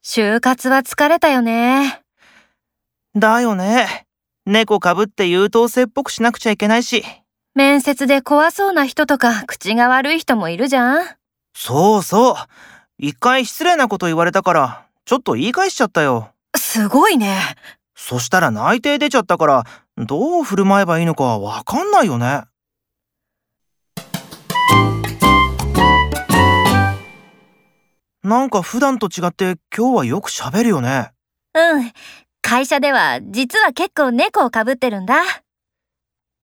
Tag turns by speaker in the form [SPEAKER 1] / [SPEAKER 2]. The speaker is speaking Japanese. [SPEAKER 1] 就活は疲れたよね。
[SPEAKER 2] だよね。猫かぶって優等生っぽくしなくちゃいけないし。
[SPEAKER 1] 面接で怖そうな人とか口が悪い人もいるじゃん。
[SPEAKER 2] そうそう。一回失礼なこと言われたから、ちょっと言い返しちゃったよ。
[SPEAKER 1] すごいね。
[SPEAKER 2] そしたら内定出ちゃったから、どう振る舞えばいいのかわかんないよね。なんか普段と違って今日はよく喋るよね。
[SPEAKER 1] うん。会社では実は結構猫をかぶってるんだ。